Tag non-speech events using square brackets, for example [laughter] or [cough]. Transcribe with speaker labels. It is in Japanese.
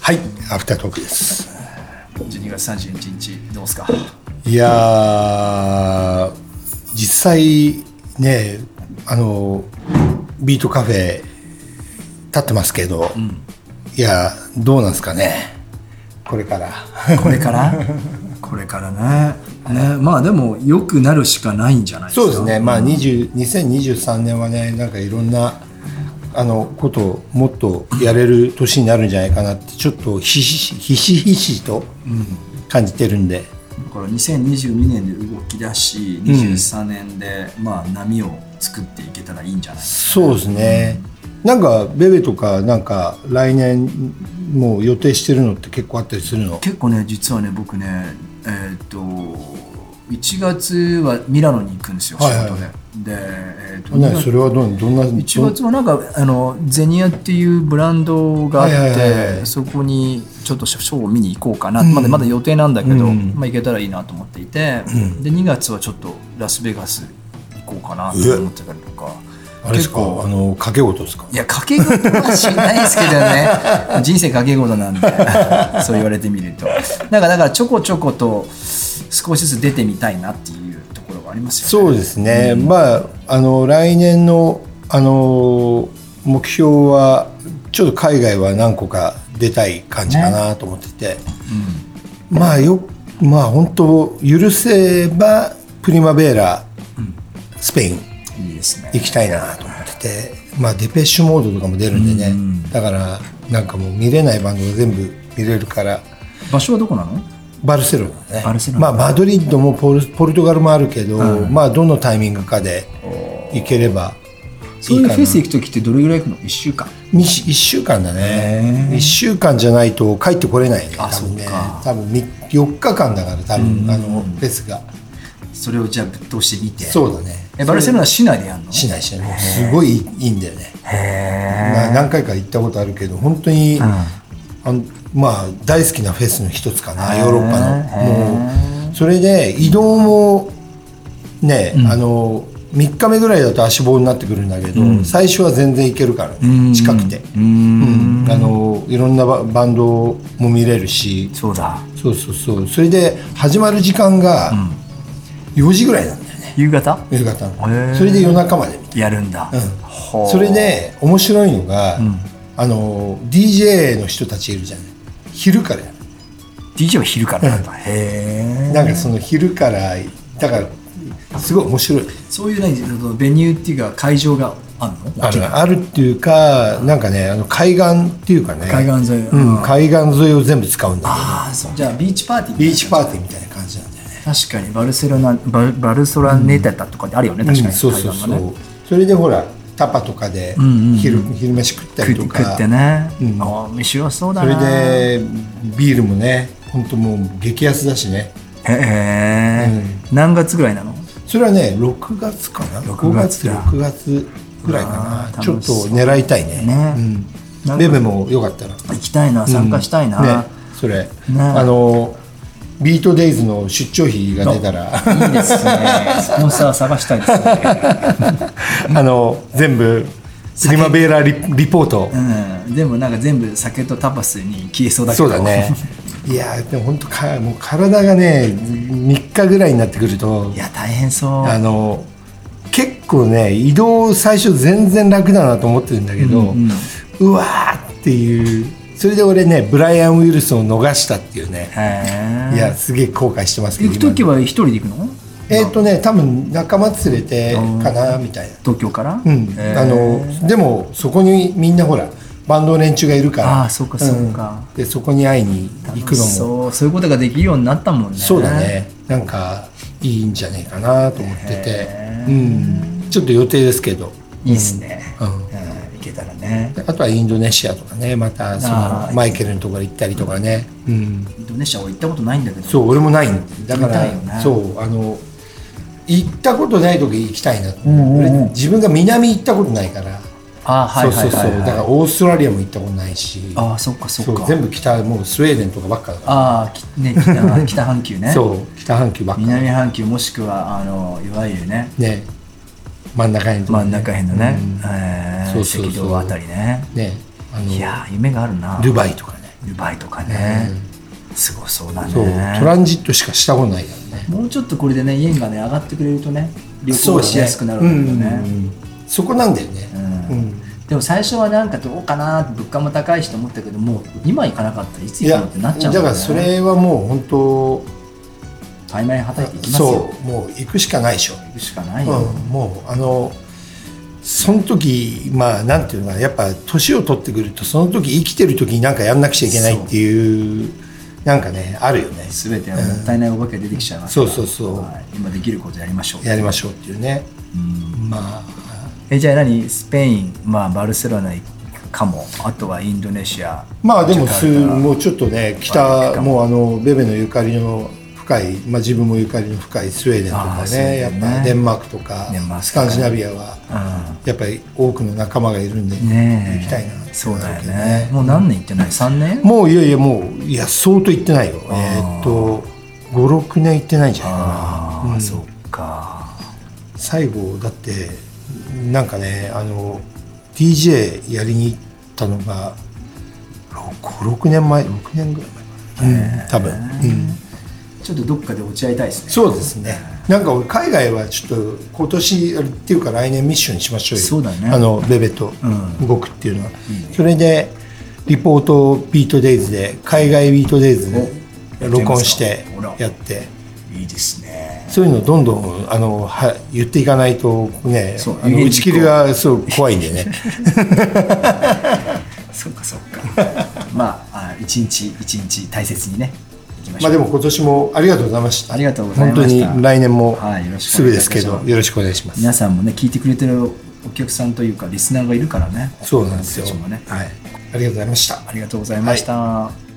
Speaker 1: はい、アフタートークです。
Speaker 2: 12月31日どうで
Speaker 1: [laughs]
Speaker 2: すか
Speaker 1: いやー、実際ね、あの、ビートカフェ立ってますけど、いや、どうなんですかね、これから。 [laughs]
Speaker 2: これからこれからねねまあでも良くなるしかないんじゃないですか
Speaker 1: そうですね、まあ、20 2023年はね、なんかいろんなあのことをもっとやれる年になるんじゃないかなって、ちょっとひしひしひしと感じてるんで、
Speaker 2: だから2022年で動き出し23年で、まあ波を作っていけたらいいんじゃないです
Speaker 1: そうですね、なんかベベとか、なんか来年、もう予定してるのって結構あったりするの
Speaker 2: か。結構ね実はね僕ねえーっと1月はミラノに行くんですよ仕
Speaker 1: はい
Speaker 2: 事で、
Speaker 1: はい
Speaker 2: で、えーっと
Speaker 1: ね、それはどんどんな
Speaker 2: 1
Speaker 1: どん
Speaker 2: 月はなんかあのゼニアっていうブランドがあって、
Speaker 1: はいはいはいはい
Speaker 2: そこにちょっとショーを見に行こうかな、まだまだ予定なんだけど、まあ、行けたらいいなと思っていて、で2月はちょっとラスベガス行こうかなと思ってたりとか。
Speaker 1: あれですかあの掛け事ですか
Speaker 2: いや掛け事はしないですけど
Speaker 1: [laughs]
Speaker 2: ね人生掛け事なんでそう言われてみるとなんかだからちょこちょこと少しずつ出てみたいなっていうところがありますよね。
Speaker 1: そうですね、まああの来年のあの目標はちょっと海外は何個か出たい感じかなと思ってて、まあよまあ本当許せばプリマベーラ、スペイン
Speaker 2: いいですね
Speaker 1: 行きたいなと思ってて、まあ、デペッシュモードとかも出るんでね、だからなんかもう見れないバンドが全部見れるから
Speaker 2: 場所はどこなの
Speaker 1: バルセロナね
Speaker 2: バルセロナ
Speaker 1: まあ、マドリッドもポルポルトガルもあるけど、まあ、どのタイミングかで行ければ
Speaker 2: そういうフェス行く時ってどれぐらい行くの1週間
Speaker 1: 1週間だね1週間じゃないと帰ってこれないね
Speaker 2: あ
Speaker 1: 多分ね
Speaker 2: そうか
Speaker 1: 多分4日間だから多分あのフェスが
Speaker 2: それをじゃあぶっ通してみて
Speaker 1: そうだね
Speaker 2: えバルセロナ市内でやるの
Speaker 1: しないしないもうすごいいいいいんだよねまあ何回か行ったことあるけど本当に、あのまあ大好きなフェスの一つかなヨーロッパのもうそれで移動もね、あの3日目ぐらいだと足棒になってくるんだけど、最初は全然行けるからね、近くて、うんあのいろんなババンドも見れるし
Speaker 2: そうだ
Speaker 1: そうそうそうそれで始まる時間が4時ぐらいなんだよね
Speaker 2: 夕方
Speaker 1: 夕方
Speaker 2: へ
Speaker 1: の
Speaker 2: ー
Speaker 1: それで夜中までみたいな。
Speaker 2: やるんだ、ほう
Speaker 1: それで面白いのが、あの DJ の人たちいるじゃない昼からや
Speaker 2: DJ は昼からなんだ、へ
Speaker 1: る
Speaker 2: え
Speaker 1: なんかその昼からだからすごい面白い
Speaker 2: そういう何そのベニューっていうか会場があるの
Speaker 1: あるあるっていうかなんかねあの海岸っていうかね
Speaker 2: 海岸沿い
Speaker 1: うん、海岸沿いを全部使うんだ
Speaker 2: ああそうじゃあビーチパーティー
Speaker 1: ビーチパーティーみたいな感じなんだよね、
Speaker 2: 確かにバルセロナバルバルソラネタタとかであるよね、確
Speaker 1: う
Speaker 2: か
Speaker 1: ん
Speaker 2: に
Speaker 1: そうそうそ
Speaker 2: 海岸がね
Speaker 1: うそれでほらタパとかで昼,、昼飯食ったりと
Speaker 2: 食
Speaker 1: か
Speaker 2: 食ってね、ああ面白そうだ
Speaker 1: それ
Speaker 2: な
Speaker 1: でビールもね本当もう激安だしね
Speaker 2: へえ、何月ぐらいなの
Speaker 1: それはね6月かな
Speaker 2: 6
Speaker 1: 5
Speaker 2: 月
Speaker 1: 月
Speaker 2: だ
Speaker 1: 6月ぐらいか
Speaker 2: うわー
Speaker 1: なちょ
Speaker 2: 楽
Speaker 1: っ
Speaker 2: し
Speaker 1: と
Speaker 2: そう
Speaker 1: 狙いたいね
Speaker 2: ね
Speaker 1: う
Speaker 2: なん
Speaker 1: ん、
Speaker 2: か
Speaker 1: ベベもよかったら
Speaker 2: 行きたいな参加したいな、
Speaker 1: ねそれ、
Speaker 2: ね
Speaker 1: あのビートデイズの出張費が出たら
Speaker 2: いいですね。スポンサー探したいですね。
Speaker 1: [laughs] あの全部プリマベーラリリポート、
Speaker 2: うん。でもなんか全部酒とタパスに消えそうだけ
Speaker 1: そ
Speaker 2: ど。
Speaker 1: うだね
Speaker 2: [laughs]
Speaker 1: いやーでも本当かもう体がね3日ぐらいになってくると
Speaker 2: いや大変そう。
Speaker 1: あの結構ね移動最初全然楽だなと思ってるんだけど、うわーっていうそれで俺ねブライアン・ウィルスンを逃したっていうね、
Speaker 2: へえ
Speaker 1: いやすげえ後悔してますけど
Speaker 2: 行く時
Speaker 1: 今
Speaker 2: は一人で行くの？
Speaker 1: えっ、とね多分仲間連れてかなみたいな、
Speaker 2: 東京から？
Speaker 1: うん
Speaker 2: へえ
Speaker 1: あ。のでもそこにみんなほらバンドの連中がいるから
Speaker 2: あーそうかそうか
Speaker 1: んでそこに会いに行くのも
Speaker 2: そうそういうことができるようになったもんね。
Speaker 1: そうだ。ねなんかいいんじゃないかなと思ってて
Speaker 2: へ、
Speaker 1: うん、ちょっと予定ですけど。
Speaker 2: いいですね。
Speaker 1: う
Speaker 2: うんん。行けたらね。
Speaker 1: あとはインドネシアとかねまたそ
Speaker 2: あ
Speaker 1: の
Speaker 2: ー
Speaker 1: マイケルのところ行ったりとかね、うん、
Speaker 2: インドネシアは行ったことないんだけど。
Speaker 1: そう俺もないんだか
Speaker 2: 行きた
Speaker 1: ら、
Speaker 2: いよね
Speaker 1: そうあの行ったことない時行きたいなと、
Speaker 2: んうんうん
Speaker 1: 俺自分が南行ったことないから、
Speaker 2: あーはいはい
Speaker 1: そうそうそうだ
Speaker 2: はい
Speaker 1: か
Speaker 2: はい。
Speaker 1: らオーストラリアも行ったことないし
Speaker 2: ああそっかそ
Speaker 1: そ
Speaker 2: っ
Speaker 1: う
Speaker 2: か。
Speaker 1: 全部北もうスウェーデンとかばっかだか
Speaker 2: ああきね北北半球
Speaker 1: ら、[laughs]
Speaker 2: ね。
Speaker 1: そう北半球ばっか
Speaker 2: 南半球もしくはあのいわゆるね。
Speaker 1: ね真ん中に
Speaker 2: 真ん中辺のね、
Speaker 1: うん
Speaker 2: えー
Speaker 1: そうそうそう
Speaker 2: 赤道あたりね
Speaker 1: ねあ
Speaker 2: い
Speaker 1: の
Speaker 2: やー夢があるな
Speaker 1: ドゥバイとかね
Speaker 2: ルバイとかね、すごそうだね
Speaker 1: そう、トランジットしかしたことないからね。
Speaker 2: もうちょっとこれでね円がね上がってくれるとね旅行しやすくなるんだよ
Speaker 1: そうだね
Speaker 2: ね
Speaker 1: うんうんうんそこなんだよね。
Speaker 2: うん
Speaker 1: うん
Speaker 2: でも最初はなんかどうかなって物価も高いしと思ったけどもう今行かなかったらいつ行くのってなっちゃ
Speaker 1: だ
Speaker 2: うんだ
Speaker 1: か
Speaker 2: よ
Speaker 1: ら
Speaker 2: ね
Speaker 1: それはもう本当、
Speaker 2: 対面はたいていきますよ
Speaker 1: そう、もう行くしかないでしょ。
Speaker 2: 行くしかないよ、
Speaker 1: うん、もうあのその時まあなんていうのかなやっぱ年を取ってくるとその時生きてる時になんかやんなくちゃいけないっていうなんかねあるよね
Speaker 2: すべてはもったいないお化け出てきちゃいますから、
Speaker 1: うんそうそうそう
Speaker 2: はい今できることやりましょう
Speaker 1: やりましょうっていうね
Speaker 2: うん
Speaker 1: まあ
Speaker 2: えじゃあ何スペイン、まあ、バルセロナ行くかもあとはインドネシア
Speaker 1: まあでもす
Speaker 2: ジャカル
Speaker 1: もうちょっとね
Speaker 2: まあいい
Speaker 1: 北
Speaker 2: か
Speaker 1: もうあのベベのゆかりの深い、まあ、自分もゆかりの深いスウェーデンと
Speaker 2: あ
Speaker 1: か
Speaker 2: ースウェー
Speaker 1: ね
Speaker 2: デ
Speaker 1: や
Speaker 2: ン
Speaker 1: っ
Speaker 2: ね
Speaker 1: ぱデンマークとか
Speaker 2: デンマークとかね
Speaker 1: スカンジナビアは
Speaker 2: タうん
Speaker 1: やっぱり多くの仲間がいるんで、
Speaker 2: ねえ
Speaker 1: 行きたいなって
Speaker 2: そうだよ
Speaker 1: なるけど
Speaker 2: ねもう何年行ってない3年
Speaker 1: もういやいやもういや相当行ってないよ
Speaker 2: あー
Speaker 1: えーっと56年行ってないんじゃない
Speaker 2: あ
Speaker 1: か
Speaker 2: あ、
Speaker 1: な、うん
Speaker 2: そっか
Speaker 1: 最後だってなんかねあの DJ やりに行ったのが56年前6年ぐらい前かな、うん、多分、うん、
Speaker 2: ちょっとどっかで落ち合いたいですね
Speaker 1: そうですねなんか俺海外はちょっと今年っていうか来年ミッションにしましょうよ
Speaker 2: そうだね
Speaker 1: あのベベと
Speaker 2: うん
Speaker 1: 動くっていうのは、それでリポートビートデイズで海外ビートデイズ
Speaker 2: お
Speaker 1: で
Speaker 2: やってみますか
Speaker 1: 録音して
Speaker 2: ほら
Speaker 1: やって
Speaker 2: いいですね
Speaker 1: そういうのをどんどんあのは言っていかないとね
Speaker 2: そう
Speaker 1: あの打ち切りがそう怖いんで
Speaker 2: [laughs]
Speaker 1: ね
Speaker 2: そっか [laughs] そっかまああ一日一日大切にねいきまし
Speaker 1: ま
Speaker 2: ょ
Speaker 1: あで
Speaker 2: う、
Speaker 1: も今年もありがとうございました
Speaker 2: ありがとうございました
Speaker 1: 本当に来年も
Speaker 2: はいよろしく
Speaker 1: す
Speaker 2: お願
Speaker 1: ぐ
Speaker 2: いい
Speaker 1: です
Speaker 2: たします
Speaker 1: けどよろしくお願いします
Speaker 2: 皆さんもね聞いてくれてるお客さんというかリスナーがいるからね
Speaker 1: そうなんですよ、
Speaker 2: 僕たちもね
Speaker 1: はいありがとうございました
Speaker 2: ありがとうございました、